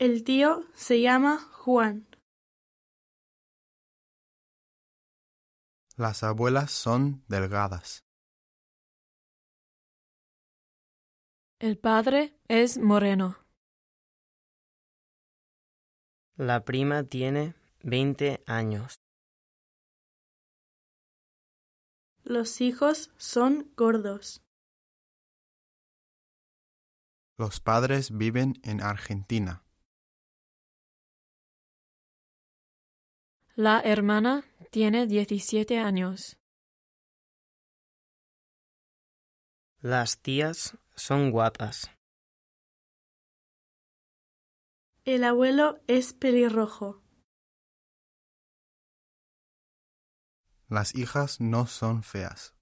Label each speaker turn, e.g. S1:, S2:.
S1: El tío se llama Juan.
S2: Las abuelas son delgadas.
S1: El padre es moreno.
S3: La prima tiene 20 años.
S1: Los hijos son gordos.
S2: Los padres viven en Argentina.
S1: La hermana tiene 17 años.
S3: Las tías son guapas.
S1: El abuelo es pelirrojo.
S2: Las hijas no son feas.